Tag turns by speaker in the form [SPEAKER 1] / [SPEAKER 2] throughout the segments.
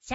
[SPEAKER 1] シ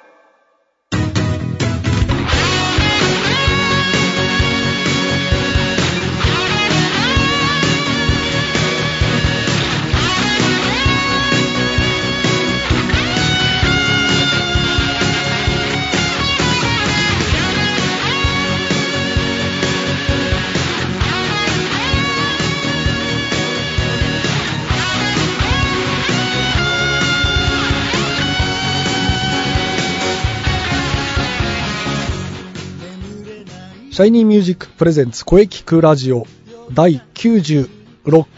[SPEAKER 2] シャイニーミュージックプレゼンツ声聞くラジオ第96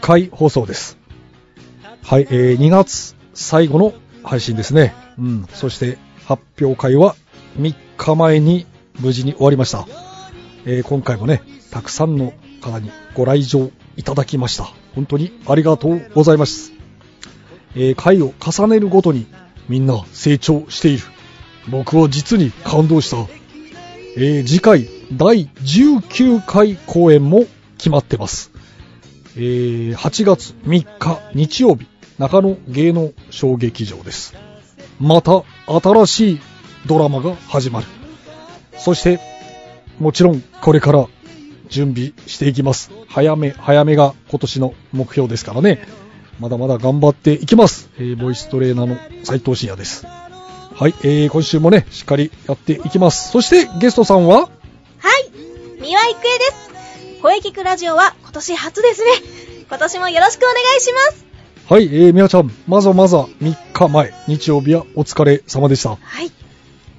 [SPEAKER 2] 回放送です。はい、えー2月最後の配信ですね。うん、そして発表会は3日前に無事に終わりました。えー今回もね、たくさんの方にご来場いただきました。本当にありがとうございます。えー回を重ねるごとにみんな成長している。僕は実に感動した。えー次回第19回公演も決まってます、えー8月3日日曜日中野芸能小劇場ですまた新しいドラマが始まるそしてもちろんこれから準備していきます早め早めが今年の目標ですからねまだまだ頑張っていきます、えーボイストレーナーの斉藤慎也ですはい、えー今週もね、しっかりやっていきます。そして、ゲストさんは、
[SPEAKER 1] はい、三輪郁恵です。声聞くラジオは今年初ですね。今年もよろしくお願いします。
[SPEAKER 2] はい、えー、みわちゃん、まずはまずは3日前、日曜日はお疲れ様でした。
[SPEAKER 1] はい、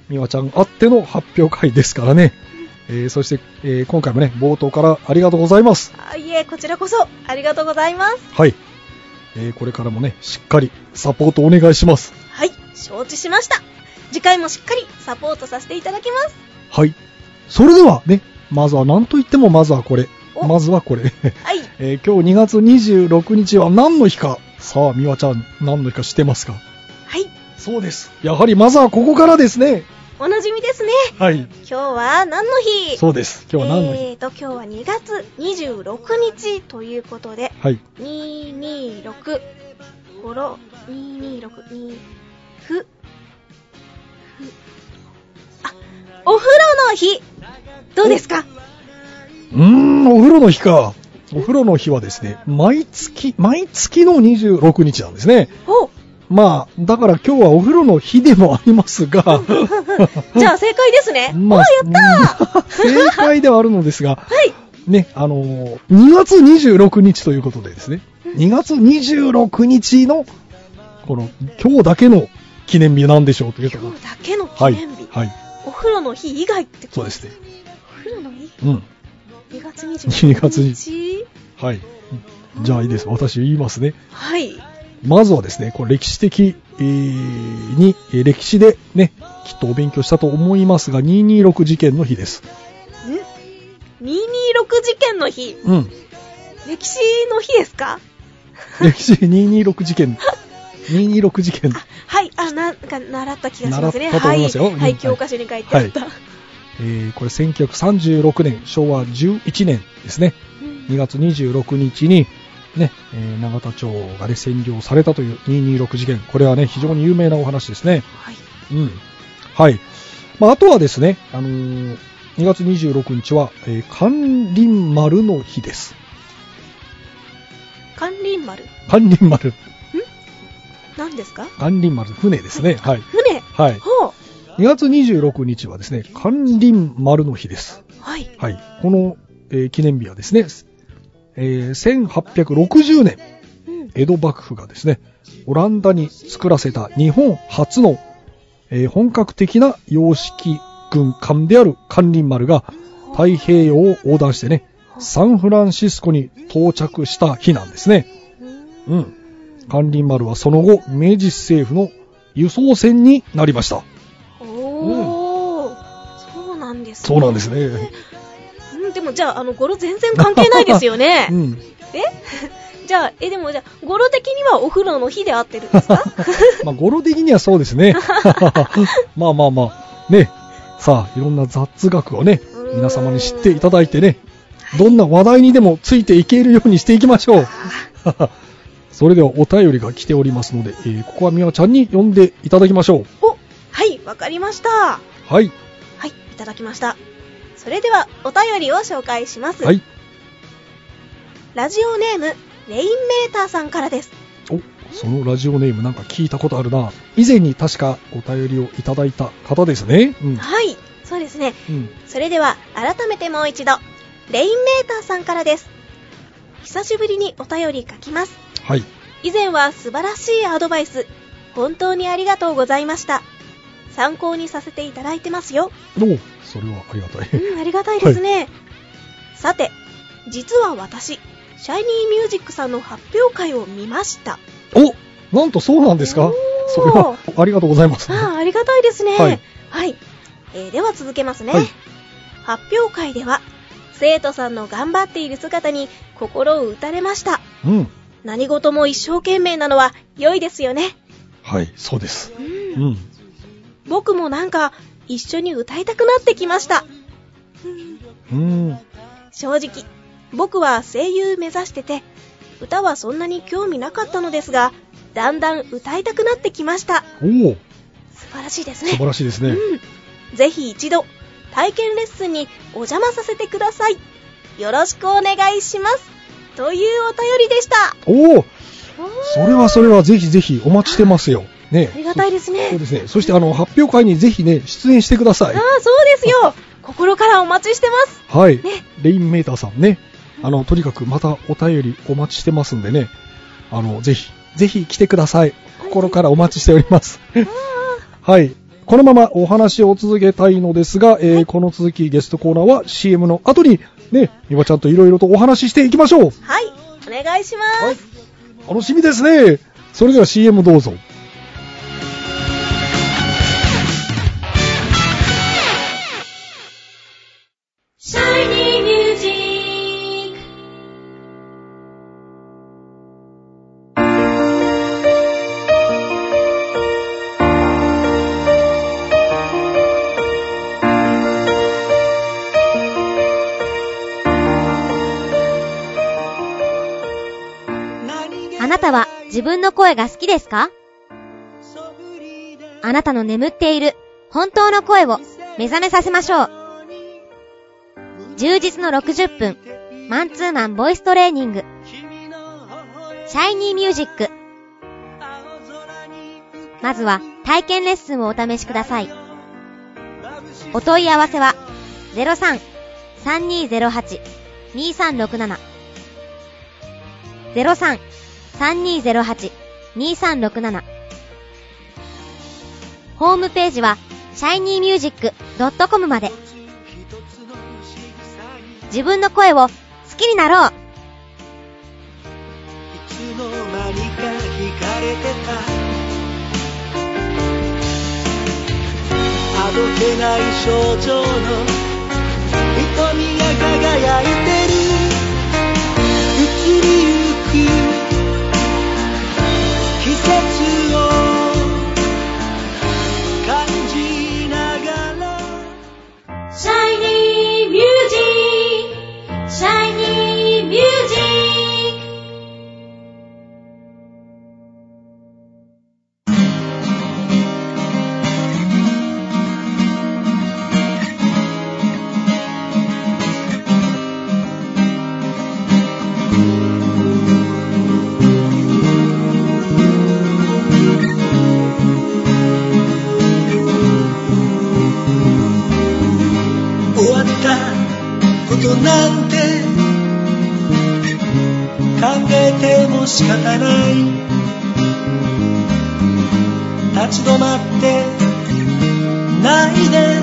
[SPEAKER 2] みわちゃんあっての発表会ですからね。えーそして、えー今回もね、冒頭からありがとうございます。
[SPEAKER 1] あいえ、こちらこそありがとうございます。
[SPEAKER 2] はい。えーこれからもね、しっかりサポートお願いします。
[SPEAKER 1] はい、承知しました。次回もしっかりサポートさせていただきます。
[SPEAKER 2] はい。それではね、まずは何と言ってもまずはこれ。
[SPEAKER 1] お
[SPEAKER 2] まずはこれ。
[SPEAKER 1] はい、
[SPEAKER 2] えー今日2月26日は何の日か。さあ、みわちゃん、何の日か知ってますか
[SPEAKER 1] はい、
[SPEAKER 2] そうです。やはりまずはここからですね。
[SPEAKER 1] おなじみですね。
[SPEAKER 2] はい。
[SPEAKER 1] 今日は何の日
[SPEAKER 2] そうです。今日は何の日、
[SPEAKER 1] えーと、今日は2月26日ということで、
[SPEAKER 2] はい。
[SPEAKER 1] 226語呂226にふふあお風呂の日どうですか
[SPEAKER 2] うーん、お風呂の日か。お風呂の日はですね、毎月、毎月の26日なんですね。
[SPEAKER 1] お
[SPEAKER 2] まあ、だから今日はお風呂の日でもありま すが、
[SPEAKER 1] じゃあ正解ですね、
[SPEAKER 2] まあ、
[SPEAKER 1] やったー
[SPEAKER 2] 正解ではあるのですが、
[SPEAKER 1] はい
[SPEAKER 2] ね、あのー2月26日ということでですね、2月26日の、この、今日だけの記念日なんでしょうというとこ
[SPEAKER 1] 今
[SPEAKER 2] ろ
[SPEAKER 1] 日だけの記
[SPEAKER 2] はい
[SPEAKER 1] 念日、。
[SPEAKER 2] はい。
[SPEAKER 1] お風呂の日以外って
[SPEAKER 2] そうですすね。
[SPEAKER 1] お風呂の日
[SPEAKER 2] うん。
[SPEAKER 1] 2月26
[SPEAKER 2] 2月
[SPEAKER 1] 日
[SPEAKER 2] はい。じゃあいいです。私言いますね。
[SPEAKER 1] はい
[SPEAKER 2] まずはですね、これ歴史的えーに、えー歴史でね、きっとお勉強したと思いますが、226事件の日です。
[SPEAKER 1] 226事件の日
[SPEAKER 2] うん。
[SPEAKER 1] 歴史の日ですか
[SPEAKER 2] 歴史226事件。226事件。
[SPEAKER 1] はい、あ、なんか習った気がしますね。
[SPEAKER 2] 習ったと思いますよ
[SPEAKER 1] はい、
[SPEAKER 2] うん
[SPEAKER 1] はい
[SPEAKER 2] はい
[SPEAKER 1] 教科書に書いてあった。
[SPEAKER 2] はえーこれ1936年、昭和11年ですね。
[SPEAKER 1] うん
[SPEAKER 2] 2月26日に、ね、えー永田町がね、占領されたという226事件。これはね、非常に有名なお話ですね。
[SPEAKER 1] はい、
[SPEAKER 2] うん。はい。まあ、あとはですね、あのー2月26日は、えー、関林丸の日です。
[SPEAKER 1] 関林丸、
[SPEAKER 2] 関林丸。
[SPEAKER 1] 何ですか
[SPEAKER 2] 関林丸、船ですね。はい。
[SPEAKER 1] 船。
[SPEAKER 2] はい。
[SPEAKER 1] ほう。
[SPEAKER 2] 2月26日はですね、関林丸の日です。
[SPEAKER 1] はい。
[SPEAKER 2] はい。この、えー記念日はですね、えー1860年、
[SPEAKER 1] うん。
[SPEAKER 2] 江戸幕府がですね、オランダに作らせた日本初の、えー本格的な洋式軍艦である関林丸が太平洋を横断してね、サンフランシスコに到着した日なんですね。うん。関林丸はその後、明治政府の輸送船になりました。
[SPEAKER 1] おー。そうなんです、ね。
[SPEAKER 2] そうなんですね。
[SPEAKER 1] うん、でもじゃあ、あの、語呂全然関係ないですよね
[SPEAKER 2] う。ん。
[SPEAKER 1] え じゃあ、え、でもじゃあ、語呂的にはお風呂の日で合ってるんですか
[SPEAKER 2] まあ、語呂的にはそうですね。 まあまあまあ。ね。さあ、いろんな雑学をね、皆様に知っていただいてね、どんな話題にでもついていけるようにしていきましょう。 それではお便りが来ておりますので、えーここはみわちゃんに読んでいただきましょう。
[SPEAKER 1] おはいわかりましたは
[SPEAKER 2] はい。
[SPEAKER 1] いいただきましたそれではお便りを紹介します、
[SPEAKER 2] はい。
[SPEAKER 1] ラジオネームレインメーターさんからです
[SPEAKER 2] お、そのラジオネームなんか聞いたことあるな。以前に確かお便りをいただいた方ですね。うん。
[SPEAKER 1] はいそうですね
[SPEAKER 2] うん。
[SPEAKER 1] それでは改めてもう一度レインメーターさんからです久しぶりにお便り書きます
[SPEAKER 2] はい。
[SPEAKER 1] 以前は素晴らしいアドバイス本当にありがとうございました参考にさせていただいてますよ
[SPEAKER 2] おそれはありがたい。
[SPEAKER 1] うんありがたいですね、さて実は私シャイニーミュージックさんの発表会を見ました
[SPEAKER 2] おなんとそうなんですか
[SPEAKER 1] おー
[SPEAKER 2] それは、ありがとうございます。
[SPEAKER 1] ああありがたいですね
[SPEAKER 2] はい、
[SPEAKER 1] はいえーでは続けますね、
[SPEAKER 2] はい
[SPEAKER 1] 発表会では生徒さんの頑張っている姿に心を打たれました
[SPEAKER 2] うん。
[SPEAKER 1] 何事も一生懸命なのは良いですよね
[SPEAKER 2] はい、そうです。
[SPEAKER 1] う
[SPEAKER 2] うんん。
[SPEAKER 1] 僕もなんか一緒に歌いたくなってきました
[SPEAKER 2] うん。
[SPEAKER 1] 正直僕は声優目指してて歌はそんなに興味なかったのですがだんだん歌いたくなってきました
[SPEAKER 2] おお
[SPEAKER 1] 素晴らしいですね
[SPEAKER 2] 素晴らしいですね。
[SPEAKER 1] うん、ぜひ一度体験レッスンにお邪魔させてくださいよろしくお願いしますというお便りでした
[SPEAKER 2] おおそれはそれはぜひぜひお待ちしてますよ。ね。
[SPEAKER 1] ありがたいですね
[SPEAKER 2] そそうですね。そしてあの、発表会にぜひね、出演してください
[SPEAKER 1] あ。あそうですよ心からお待ちしてます
[SPEAKER 2] はい
[SPEAKER 1] ね。
[SPEAKER 2] レインメーターさんね。あの、とにかくまたお便りお待ちしてますんでね。あの、ぜひ、ぜひ来てください。心からお待ちしております。はい。このままお話を続けたいのですが、えーこの続きゲストコーナーは CM の後に、ね、みわちゃんといろいろとお話ししていきましょう。
[SPEAKER 1] はいお願いします、
[SPEAKER 2] 楽しみですね。それでは CM どうぞ。
[SPEAKER 3] シャイニーミュージック
[SPEAKER 4] あなたは自分の声が好きですかあなたの眠っている本当の声を目覚めさせましょう。充実の60分、マンツーマンボイストレーニング、シャイニーミュージック。まずは体験レッスンをお試しください。お問い合わせは03-3208-2367 03-3208-2367ホームページは shinymusic.com まで自分の声を好きになろう
[SPEAKER 5] いつの間にか惹かれてたあどけない症状の瞳が輝いてる移りゆく季節を感じながら
[SPEAKER 3] シャイニーミュージックシャイニーミュージッ
[SPEAKER 5] 終わったことなんて考えても仕方ない立ち止まってないで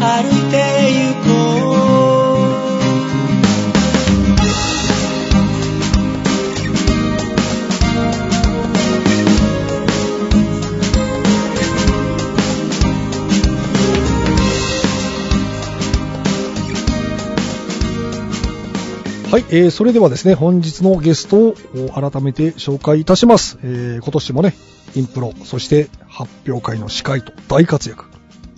[SPEAKER 5] 歩いて行こう
[SPEAKER 2] はい、えー、それではですね、本日のゲストを改めて紹介いたします。えー、今年もね、インプロ、そして発表会の司会と大活躍。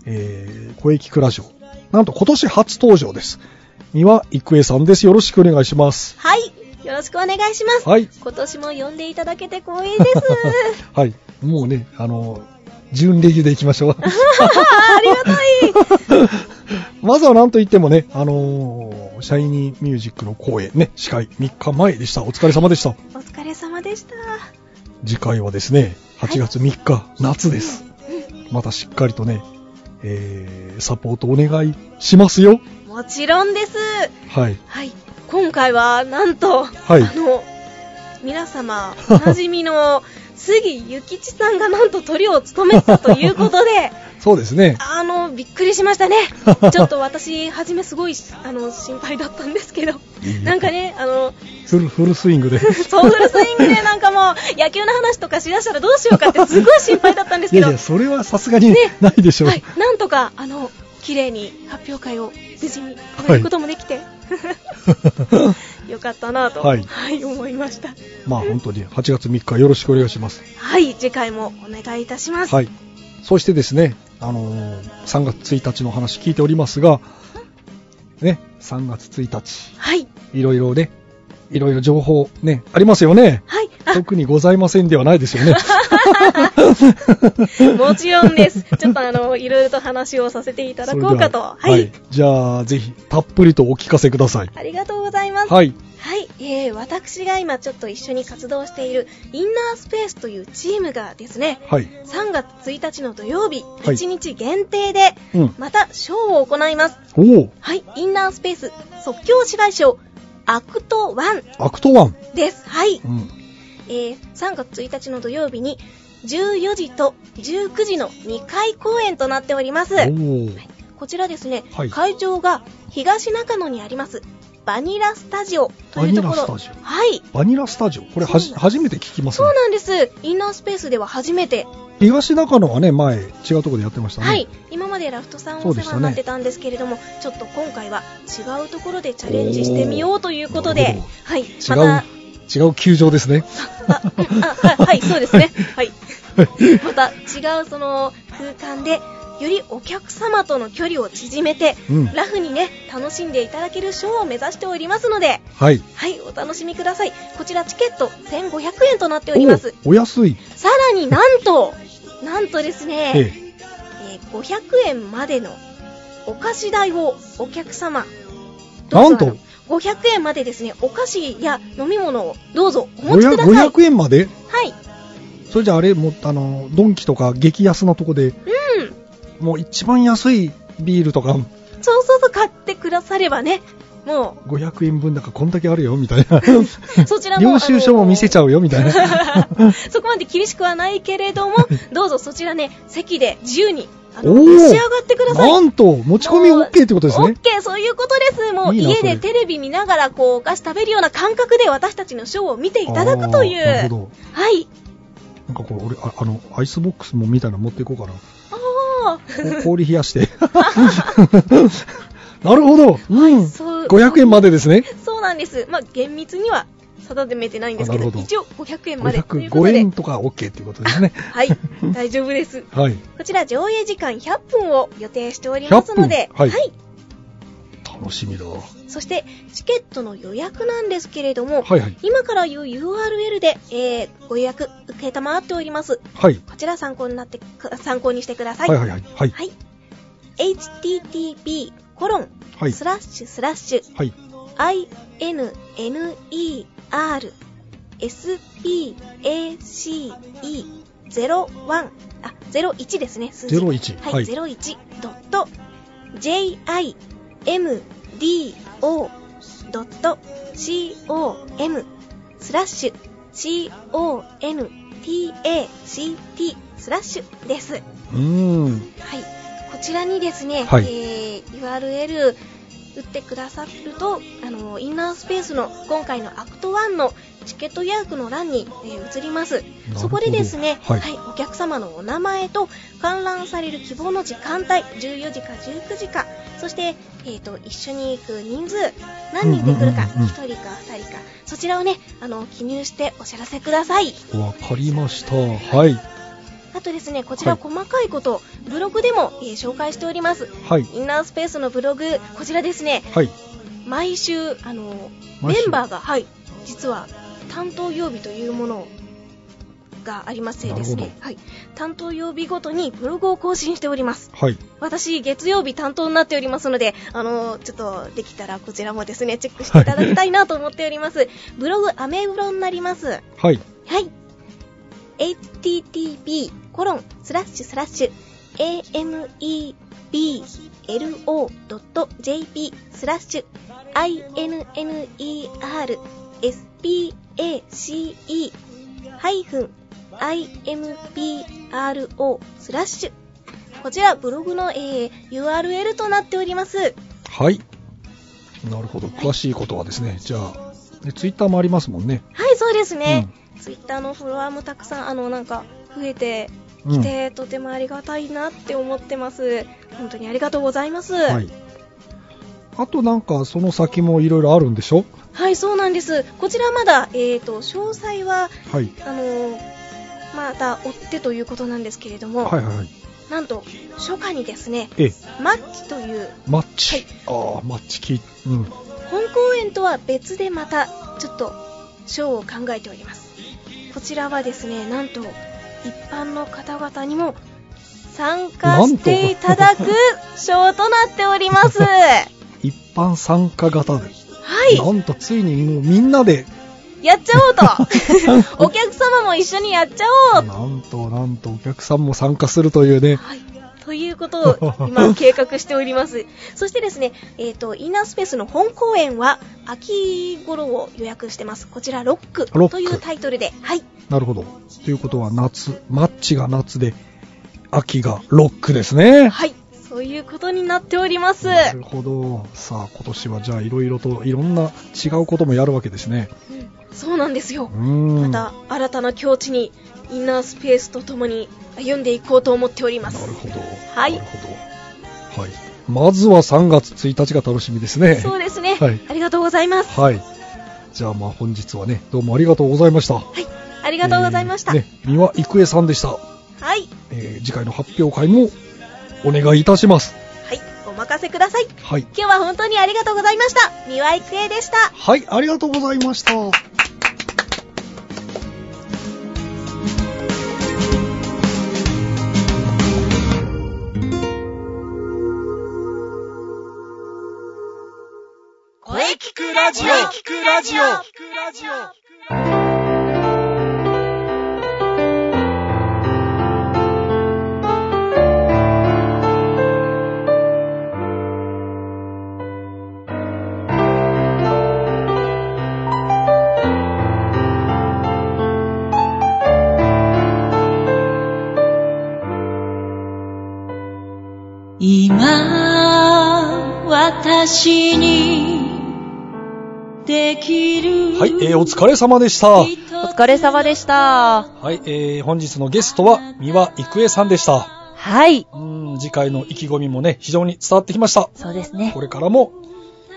[SPEAKER 2] えー、声聞くラジオ。なんと今年初登場です。三輪郁恵さんです。よろしくお願いします。
[SPEAKER 1] はいよろしくお願いします。
[SPEAKER 2] はい。
[SPEAKER 1] 今年も呼んでいただけて光栄 です。
[SPEAKER 2] はい。もうね、あの、準レギュでいきま しょう。
[SPEAKER 1] ありがたい。
[SPEAKER 2] まずはなんといってもね、あのーシャイニーミュージックの公演ね、司会3日前でした。お疲れ様でした。
[SPEAKER 1] お疲れ様でした。
[SPEAKER 2] 次回はですね、8月3日、夏です。またしっかりとね、えー、サポートお願いしますよ。
[SPEAKER 1] もちろんです。
[SPEAKER 2] はい。
[SPEAKER 1] はい。今回は、なんと、
[SPEAKER 2] はい
[SPEAKER 1] あの、皆様、おなじみ の、杉ゆきちさんがなんとトリを務めてたということ で、
[SPEAKER 2] そうですね。
[SPEAKER 1] あの、びっくりしました ね。ちょっと私、初めすごい、あの、心配だったんですけど、なんかね、あの、
[SPEAKER 2] フル、フルスイングで。
[SPEAKER 1] ソウルスイングでなんかもう、野球の話とかしだしたらどうしようかってすごい心配だったんです
[SPEAKER 2] い
[SPEAKER 1] けど、
[SPEAKER 2] やいや、それはさすがにないでしょう。
[SPEAKER 1] はい、なんとか、あの、綺麗に発表会を無事に終えることもで きて、よかったなと、
[SPEAKER 2] は
[SPEAKER 1] はいい、思いました。
[SPEAKER 2] まあ本当に8月3日よろしくお願いします。
[SPEAKER 1] はい、次回もお願いいたします。
[SPEAKER 2] はい。そしてですね、あのー3月1日の話聞いておりますが、ね、3月1日、
[SPEAKER 1] はい、
[SPEAKER 2] いろいろね、いろいろ情報ね、ありますよね。
[SPEAKER 1] はい、
[SPEAKER 2] 特にございませんではないですよね。
[SPEAKER 1] あ、もちろん です。ちょっとあの、いろいろと話をさせていただこうかと。は
[SPEAKER 2] そ
[SPEAKER 1] い、
[SPEAKER 2] れでじゃあ、ぜひ、たっぷりとお聞かせください。
[SPEAKER 1] ありがとうございます。
[SPEAKER 2] はい。
[SPEAKER 1] はい、えー、私が今ちょっと一緒に活動しているインナースペースというチームがですね、
[SPEAKER 2] はい。
[SPEAKER 1] 3月1日の土曜日、
[SPEAKER 2] はい
[SPEAKER 1] 1日限定で、
[SPEAKER 2] うん。
[SPEAKER 1] またショーを行います。
[SPEAKER 2] おお
[SPEAKER 1] はい、インナースペース即興芝居ショー、アクト1
[SPEAKER 2] アクトワン。
[SPEAKER 1] です。はい、
[SPEAKER 2] うん。
[SPEAKER 1] えー、3月1日の土曜日に、14時と19時の2回公演となっております。
[SPEAKER 2] おお
[SPEAKER 1] こちらですね、
[SPEAKER 2] はい
[SPEAKER 1] 会場が東中野にあります、バニラスタジオというところ。
[SPEAKER 2] バニラスタジ
[SPEAKER 1] はい。
[SPEAKER 2] バニラスタジオ。これはじ、初めて聞きます
[SPEAKER 1] そう
[SPEAKER 2] ね。
[SPEAKER 1] なんです。インナースペースでは初めて。
[SPEAKER 2] 東中野はね、前、違うところでやってましたね。
[SPEAKER 1] はい。今までラフトさん
[SPEAKER 2] そ
[SPEAKER 1] お
[SPEAKER 2] うで
[SPEAKER 1] 世
[SPEAKER 2] し
[SPEAKER 1] 話
[SPEAKER 2] たね
[SPEAKER 1] になってたんですけれども、ちょっと今回は違うところでチャレンジしてみようということ
[SPEAKER 2] おーな
[SPEAKER 1] で
[SPEAKER 2] るほ、
[SPEAKER 1] はい。
[SPEAKER 2] 違
[SPEAKER 1] ま
[SPEAKER 2] う、
[SPEAKER 1] た、
[SPEAKER 2] 違う球場ですね。
[SPEAKER 1] あうんあははい、そうですね。はい。また違うその空間で、よりお客様との距離を縮めて、
[SPEAKER 2] うん
[SPEAKER 1] ラフにね、楽しんでいただけるショーを目指しておりますので、
[SPEAKER 2] はい。
[SPEAKER 1] はい、お楽しみください。こちらチケット1500円となっております。
[SPEAKER 2] おお安い。
[SPEAKER 1] さらになんと、なんとですね、
[SPEAKER 2] ええ。
[SPEAKER 1] えー500円までのお菓子代をお客様ど
[SPEAKER 2] な
[SPEAKER 1] うんぞあ
[SPEAKER 2] と、
[SPEAKER 1] の500円までですねお菓子や飲み物をどうぞお持ちください
[SPEAKER 2] 500円まで
[SPEAKER 1] はい
[SPEAKER 2] それじゃああれ、もうあの、ドンキとか激安のとこで、
[SPEAKER 1] うん
[SPEAKER 2] もう一番安いビールとか、
[SPEAKER 1] そうそうそう買ってくださればねも
[SPEAKER 2] 500円分だからこんだけあるよ、みたい な。
[SPEAKER 1] うそちらも
[SPEAKER 2] 領収書も見せち
[SPEAKER 1] ゃ
[SPEAKER 2] ゃうよ、みたいな。
[SPEAKER 1] う そこまで厳しくはないけれ どもどうぞそちらね席で自由にあの
[SPEAKER 2] おー
[SPEAKER 1] 召し上がってください
[SPEAKER 2] なんと、持ち込み
[SPEAKER 1] もう
[SPEAKER 2] OK ってことですね。
[SPEAKER 1] OK、そういうことです。もう
[SPEAKER 2] いいな
[SPEAKER 1] 家
[SPEAKER 2] それ
[SPEAKER 1] でテレビ見ながら、こう、お菓子食べるような感覚で私たちのショーを見ていただくとい
[SPEAKER 2] あーな
[SPEAKER 1] う。
[SPEAKER 2] るほど。
[SPEAKER 1] はい。
[SPEAKER 2] なんかこれ、俺、ああの、アイスボックスもみたいなの持っていこうかな。
[SPEAKER 1] あ
[SPEAKER 2] こ氷冷やして。 なるほど。うん。
[SPEAKER 1] あ、そう。
[SPEAKER 2] 500円までですね。
[SPEAKER 1] そうなんです。まあ、厳密には定めてないんですけ
[SPEAKER 2] あな
[SPEAKER 1] ど、
[SPEAKER 2] るほど
[SPEAKER 1] 一応500円までということ
[SPEAKER 2] 505
[SPEAKER 1] で。
[SPEAKER 2] 円とか OK っていうことですね。
[SPEAKER 1] はい、大丈夫です。
[SPEAKER 2] はい。
[SPEAKER 1] こちら上映時間100分を予定しておりますので
[SPEAKER 2] 100、分はい
[SPEAKER 1] はい。
[SPEAKER 2] 楽しみだ。は
[SPEAKER 1] そして、チケットの予約なんですけれども、
[SPEAKER 2] いはい。
[SPEAKER 1] 今から言う URL で、えー、ご予約受けたまっております。
[SPEAKER 2] はい。
[SPEAKER 1] こちら参考になってく、参考にしてくださ。
[SPEAKER 2] はいいはいはい。はい。
[SPEAKER 1] はい。http コロン
[SPEAKER 2] はい
[SPEAKER 1] スラッシュスラッシュ
[SPEAKER 2] はい。
[SPEAKER 1] innerspace01 あ01ですね数字
[SPEAKER 2] 01
[SPEAKER 1] はい、
[SPEAKER 2] はい
[SPEAKER 1] 01ドット jimdo ドット com スラッシュ contact スラッシュです
[SPEAKER 2] うーん。
[SPEAKER 1] はい、こちらにですね、
[SPEAKER 2] はい
[SPEAKER 1] えー URL 打ってくださるとあのインナースペースの今回のアクト1のチケット予約の欄に、えー移ります
[SPEAKER 2] ほど
[SPEAKER 1] そこでですね、
[SPEAKER 2] は
[SPEAKER 1] はいいお客様のお名前と観覧される希望の時間帯14時か19時かそして、えー、と一緒に行く人数何人で来るか
[SPEAKER 2] うんうんうんうん
[SPEAKER 1] 1人か2人かそちらをねあの記入してお知らせください
[SPEAKER 2] わかりました。はい。
[SPEAKER 1] あとですねこち
[SPEAKER 2] は
[SPEAKER 1] ら
[SPEAKER 2] い
[SPEAKER 1] 細かいこと、ブログでも、えー紹介しております
[SPEAKER 2] はい。
[SPEAKER 1] インナースペースのブログ、こちらですね、
[SPEAKER 2] はい。
[SPEAKER 1] 毎週、あの、
[SPEAKER 2] 毎
[SPEAKER 1] メ
[SPEAKER 2] 週
[SPEAKER 1] ンバーが、はい、実は担当曜日というものがありましてです
[SPEAKER 2] なる
[SPEAKER 1] ね
[SPEAKER 2] ほ、
[SPEAKER 1] はい、担当曜日ごとにブログを更新しております
[SPEAKER 2] はい。
[SPEAKER 1] 私月曜日担当になっておりますのであのちょっとできたらこちらもですねチェックしていただきたいなと思っております、ブログアメブロになります
[SPEAKER 2] はい。
[SPEAKER 1] はい。http コロンスラッシュスラッシュ ameblo.jp スラッシュ innerspace ハイフン impro スラッシュこちらブログの、えー URL となっております。
[SPEAKER 2] はい。なるほど。詳しいことはですね、じゃあ、でツイッターもありますもんね。
[SPEAKER 1] はい、そうですね。ツイッターのフォロワーもたくさん、あの、なんか、増えて
[SPEAKER 2] うん。
[SPEAKER 1] 来て、とてもありがたいなって思ってます本当にありがとうございます
[SPEAKER 2] うん。は
[SPEAKER 1] はいい、。
[SPEAKER 2] あとなんか、その先もいろいろあるんでしょ
[SPEAKER 1] そうなんですこちらまだえーと詳細は
[SPEAKER 2] はい。
[SPEAKER 1] あのーまた追ってということなんですけれども、
[SPEAKER 2] はいはいはい。
[SPEAKER 1] なんと初夏にですね
[SPEAKER 2] え、
[SPEAKER 1] マッチという
[SPEAKER 2] マッチ。ああ、マッチキ。うん。
[SPEAKER 1] 本公演とは別でまたちょっとショーを考えておりますこちらはですねなんと一般の方々にも参加していただくショーとなっておりますは
[SPEAKER 2] 一般参加型で。
[SPEAKER 1] い
[SPEAKER 2] なんとついにもうみんなで、
[SPEAKER 1] やっちゃおうと お客様も一緒にやっちゃおう
[SPEAKER 2] なんとなんとお客さんも参加するというね。
[SPEAKER 1] はいということを今 計画しておりますそしてですね、えー、とインナースペースの本公演は秋頃を予約してますこちら「ロック
[SPEAKER 2] ロック」
[SPEAKER 1] というタイトルではい
[SPEAKER 2] なるほど。ということは夏、マッチが夏で、秋がロックですね。
[SPEAKER 1] はいそういうことになっております
[SPEAKER 2] なるほど。さあ、今年はじゃあいろいろといろんな違うこともやるわけですね。
[SPEAKER 1] そうなんですよ
[SPEAKER 2] うーん。
[SPEAKER 1] また新たな境地にインナースペースとともに歩んでいこうと思っておりま
[SPEAKER 2] な
[SPEAKER 1] す
[SPEAKER 2] るほど。
[SPEAKER 1] はい
[SPEAKER 2] なるほど。はい。まずは3月1日が楽しみですね。
[SPEAKER 1] そうですね、
[SPEAKER 2] はい
[SPEAKER 1] ありがとうございます
[SPEAKER 2] はい。じゃあまあ本日はね、どうもありがとうございました。あ
[SPEAKER 1] はいありがとうございました、
[SPEAKER 2] ね、三輪郁恵さんでした。
[SPEAKER 1] はい
[SPEAKER 2] えー次回の発表会もお願いいたします。
[SPEAKER 1] はいお任せください
[SPEAKER 2] はい。
[SPEAKER 1] 今日は本当にありがとうございました三輪育英でした
[SPEAKER 2] はい、ありがとうございました。
[SPEAKER 5] 声聞くラジオ聞くラジオ
[SPEAKER 3] 今、私に、できる。
[SPEAKER 2] はい、えーお疲れ様でした。は
[SPEAKER 6] お疲れ様でした。
[SPEAKER 2] い、えー本日のゲストは三輪郁恵さんでした。
[SPEAKER 6] はい。
[SPEAKER 2] うーん、次回の意気込みもね、非常に伝わってきました。
[SPEAKER 6] そうですね
[SPEAKER 2] こ。れからも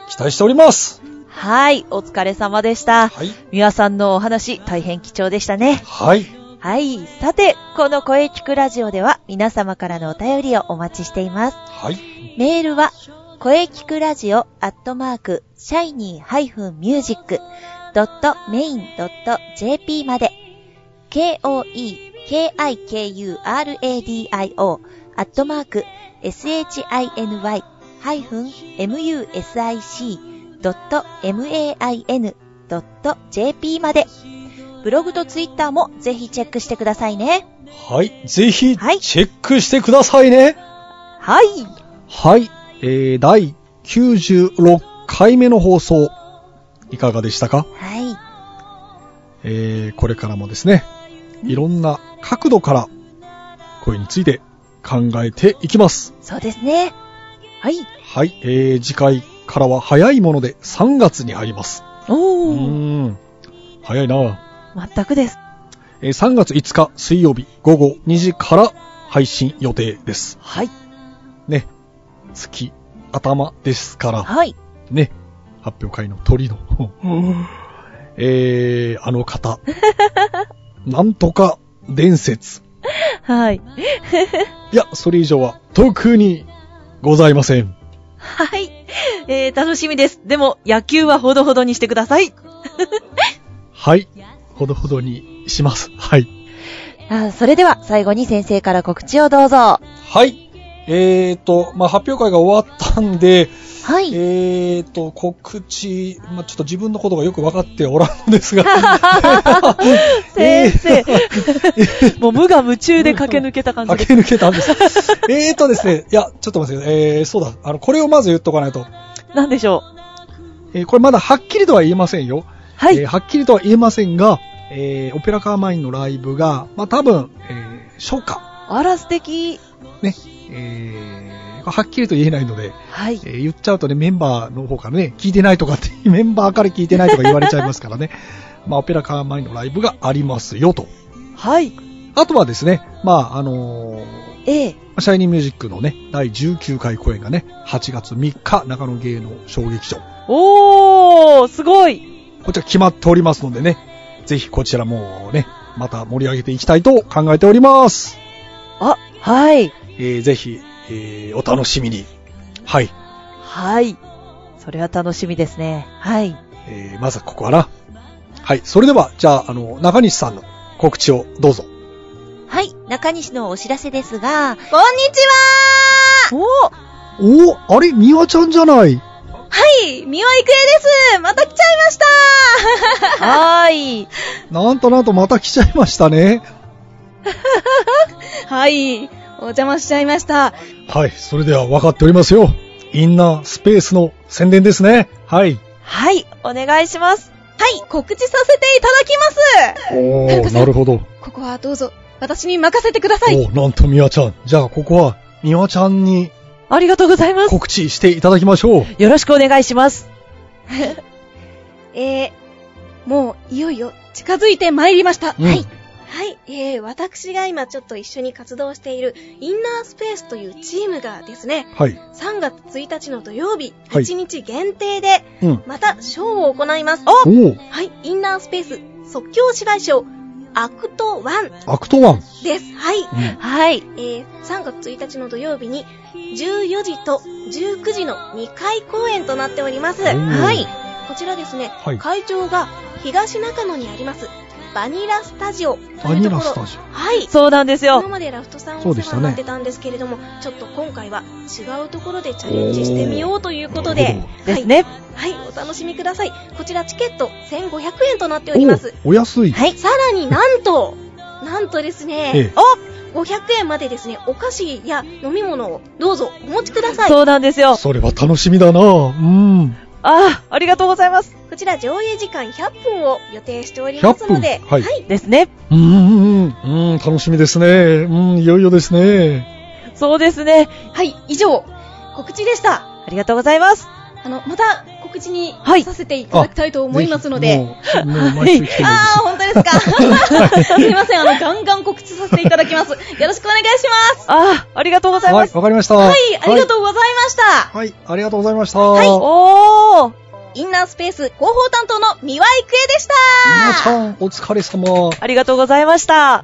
[SPEAKER 2] 期待しております。
[SPEAKER 6] はい。お疲れ様でした。
[SPEAKER 2] はい。
[SPEAKER 6] みわさんのお話、大変貴重でしたね。
[SPEAKER 2] はい。
[SPEAKER 6] はい。さて、この声聞くラジオでは、皆様からのお便りをお待ちしています。
[SPEAKER 2] はい。
[SPEAKER 6] メールは、声聞くラジオアットマーク、シャイニー -music.main.jp まで、k-o-e-k-i-k-u-r-a-d-i-o アットマーク、shiny-music.main.jp まで、ブログとツイッターもぜひチェックしてくださいね。
[SPEAKER 2] はい。ぜひ、チ
[SPEAKER 6] はい
[SPEAKER 2] ェックしてくださいね。
[SPEAKER 6] はい。
[SPEAKER 2] はい。えー、第96回目の放送、いかがでしたか
[SPEAKER 6] はい。
[SPEAKER 2] えーこれからもですね、いろんな角度から声について考えていきます。
[SPEAKER 6] そうですね。はい。
[SPEAKER 2] はい、えー次回からは早いもので3月に入ります。う
[SPEAKER 6] おー。
[SPEAKER 2] ーん、早いな、
[SPEAKER 6] 全くです。
[SPEAKER 2] えー3月5日水曜日午後2時から配信予定です。
[SPEAKER 6] はい。
[SPEAKER 2] ね、月頭ですから、
[SPEAKER 6] はい。
[SPEAKER 2] ね、発表会の鳥の、えーあの方、 なんとか伝説、
[SPEAKER 6] はい。
[SPEAKER 2] いや、それ以上は特にございません。
[SPEAKER 6] はい。えー、楽しみです。でも、野球はほどほどにしてください。
[SPEAKER 2] はい。ほどほどにします。はい。
[SPEAKER 7] あそれでは最後に先生から告知をどうぞ。は
[SPEAKER 2] はい。えーと、まあ、発表会が終わったんで、
[SPEAKER 7] い。
[SPEAKER 2] えーと、告知、まあ、ちょっと自分のことがよく分かっておらんのですが、
[SPEAKER 6] 先生、もう無我夢中で駆け抜けた感じで
[SPEAKER 2] 駆け抜けたん です。えーとですね、いや、ちょっと待ってください。えー、そうだ、あの、これをまず言っとかないと。
[SPEAKER 6] なんでしょう。
[SPEAKER 2] えーこれまだはっきりとは言えませんよ。
[SPEAKER 6] は
[SPEAKER 2] えー
[SPEAKER 6] い。
[SPEAKER 2] はっきりとは言えませんが、えーオペラカーマインのライブが、まあ、多分、えー初夏、
[SPEAKER 6] あら、素敵。
[SPEAKER 2] ね、えーはっきりと言えないので、
[SPEAKER 6] はい。
[SPEAKER 2] えー言っちゃうとね、メンバーの方からね、聞いてないとかって、 メンバーから聞いてないとか言われちゃいますからね。 まあ、オペラカーマインのライブがありますよと。
[SPEAKER 6] はい。
[SPEAKER 2] あとはですね、まあ、あのー
[SPEAKER 6] ええ。
[SPEAKER 2] シャイニーミュージックのね、第19回公演がね、8月3日、中野芸能小劇場。
[SPEAKER 6] おー、すごい。
[SPEAKER 2] こちら決まっておりますのでね、ぜひこちらもね、また盛り上げていきたいと考えております。
[SPEAKER 6] あ、はい。
[SPEAKER 2] えーぜひ、えーお楽しみに。はい。
[SPEAKER 6] はい。それは楽しみですね。はい。
[SPEAKER 2] えーまずはここかな。はい。それでは、じゃあ、あの、中西さんの告知をどうぞ。
[SPEAKER 7] はい。中西のお知らせですが、こんにちは
[SPEAKER 6] おー
[SPEAKER 2] おおあれミワちゃんじゃない。
[SPEAKER 7] はい三輪郁恵ですまた来ちゃいました
[SPEAKER 6] はーい。
[SPEAKER 2] なんとなんとまた来ちゃいましたね。
[SPEAKER 1] はい。お邪魔しちゃいました。
[SPEAKER 2] はい。それでは分かっておりますよ。インナースペースの宣伝ですね。はい。
[SPEAKER 6] はい。お願いします。
[SPEAKER 1] はい、告知させていただきます
[SPEAKER 2] お
[SPEAKER 1] 田中
[SPEAKER 2] ー、
[SPEAKER 1] さん
[SPEAKER 2] なるほど。
[SPEAKER 1] ここはどうぞ、私に任せてください
[SPEAKER 2] おーなんとミワちゃん。じゃあ、ここは、ミワちゃんに
[SPEAKER 6] ありがとうございます。
[SPEAKER 2] 告知していただきましょう。
[SPEAKER 6] よろしくお願いします。
[SPEAKER 1] えー、もう、いよいよ、近づいてまいりました。
[SPEAKER 2] うん
[SPEAKER 1] はい。はい、えー、私が今ちょっと一緒に活動している、インナースペースというチームがですね、
[SPEAKER 2] はい。
[SPEAKER 1] 3月1日の土曜日、
[SPEAKER 2] はい
[SPEAKER 1] 1日限定で、
[SPEAKER 2] うん。
[SPEAKER 1] また、ショーを行います。
[SPEAKER 2] おー、
[SPEAKER 1] はい、インナースペース、即興芝居ショー、アクト1
[SPEAKER 2] アクトワン。
[SPEAKER 1] です。はい。
[SPEAKER 2] うん。
[SPEAKER 6] はい。
[SPEAKER 1] えー3月1日の土曜日に14時と19時の2回公演となっております。
[SPEAKER 2] おー
[SPEAKER 1] はい。こちらですね、
[SPEAKER 2] はい
[SPEAKER 1] 会場が東中野にあります、バニラスタジオというところ。
[SPEAKER 2] バニラスタジ
[SPEAKER 1] はい。
[SPEAKER 6] そうなんです
[SPEAKER 1] 今
[SPEAKER 6] よ。
[SPEAKER 1] までラフトさん
[SPEAKER 2] そ
[SPEAKER 1] お
[SPEAKER 2] うで
[SPEAKER 1] 世
[SPEAKER 2] し
[SPEAKER 1] 話
[SPEAKER 2] たね
[SPEAKER 1] になってたんですけれども、ちょっと今回は違うところでチャレンジしてみようということ
[SPEAKER 2] なる
[SPEAKER 1] で
[SPEAKER 2] ほ、
[SPEAKER 6] ですね。
[SPEAKER 1] はい、はい、お楽しみください。こちらチケット1500円となっております。
[SPEAKER 2] おーお安い。
[SPEAKER 1] はい。さらになんと、なんとですね、
[SPEAKER 2] ええ
[SPEAKER 1] 500円までですね、お菓子や飲み物をどうぞお持ちください。こ
[SPEAKER 6] そうなんですよ。
[SPEAKER 2] それは楽しみだなうん。
[SPEAKER 6] ああ、ありがとうございます。
[SPEAKER 1] ちら上映時間100分を予定しておりますので、
[SPEAKER 2] 100分はい
[SPEAKER 6] ですね。
[SPEAKER 2] うんうんうん。うん、楽しみですね。うん、いよいよですね。
[SPEAKER 6] そうですね。
[SPEAKER 1] はい、以上、告知でした。
[SPEAKER 6] ありがとうございます。
[SPEAKER 1] あの、また告知に
[SPEAKER 6] はい
[SPEAKER 1] させていただきたいと思いますので、
[SPEAKER 2] ぜひもう、もう毎週来てもいい
[SPEAKER 1] あー、本当ですか。すいません、あの、ガンガン告知させていただきます。よろしくお願いします。
[SPEAKER 6] ああ、ありがとうござい
[SPEAKER 2] で。
[SPEAKER 6] ますす。
[SPEAKER 2] はい、わかりました。は
[SPEAKER 1] はい、ありがとうございました。
[SPEAKER 2] う。はい、ありがとうございました。お
[SPEAKER 6] おー。
[SPEAKER 1] インナースペース広報担当の三輪郁恵でした。
[SPEAKER 2] みやちゃん、お疲れ様。
[SPEAKER 6] ありがとうございました。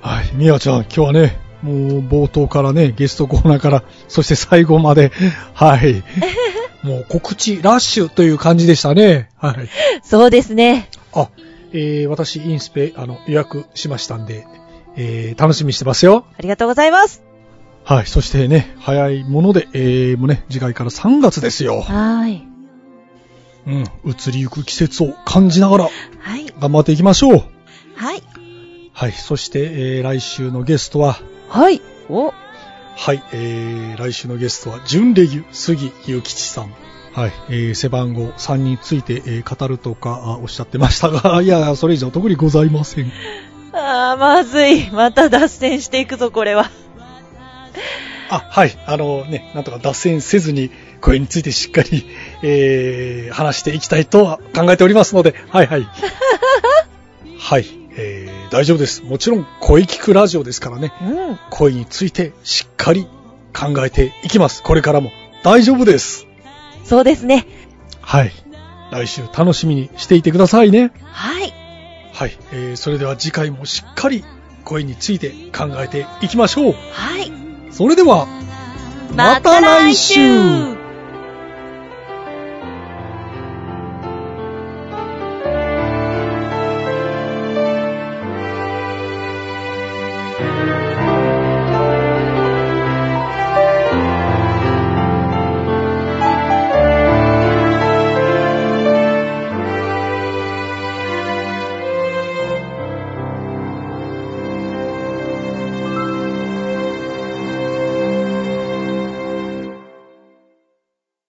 [SPEAKER 2] はい、みやちゃん、今日はね、もう冒頭からね、ゲストコーナーから、そして最後まで、はい。もう告知ラッシュという感じでしたね。はい。
[SPEAKER 6] そうですね。
[SPEAKER 2] あ、えー、私、インスペ、あの、予約しましたんで、えー、楽しみにしてますよ。
[SPEAKER 6] ありがとうございます。
[SPEAKER 2] はい、そしてね、早いもので、えー、もうね、次回から3月ですよ。
[SPEAKER 6] はい。
[SPEAKER 2] うん、移りゆく季節を感じながら、
[SPEAKER 7] はい。
[SPEAKER 2] 頑張っていきましょう。
[SPEAKER 7] はい。
[SPEAKER 2] はい、そして、えー、来週のゲストは、
[SPEAKER 6] はい。お、
[SPEAKER 2] はい、えー、来週のゲストは、準レギュ、杉ゆきちさん。はい、えー、背番号3について、えー語るとか、あおっしゃってましたが、 いや、それ以上特にございません。
[SPEAKER 6] あー、まずい。また脱線していくぞ、これは。
[SPEAKER 2] あ、はい。あのね、なんとか脱線せずに、これについてしっかり、えー、話していきたいとは考えておりますので、はい はい。はい、えー、大丈夫です。もちろん、声聞くラジオですからね、
[SPEAKER 6] うん。
[SPEAKER 2] 声についてしっかり考えていきます。これからも。大丈夫です。
[SPEAKER 6] そうですね。
[SPEAKER 2] はい。来週楽しみにしていてくださいね。
[SPEAKER 7] はい。
[SPEAKER 2] はい。えー、それでは次回もしっかり声について考えていきましょう。
[SPEAKER 7] はい。
[SPEAKER 2] それでは、また来週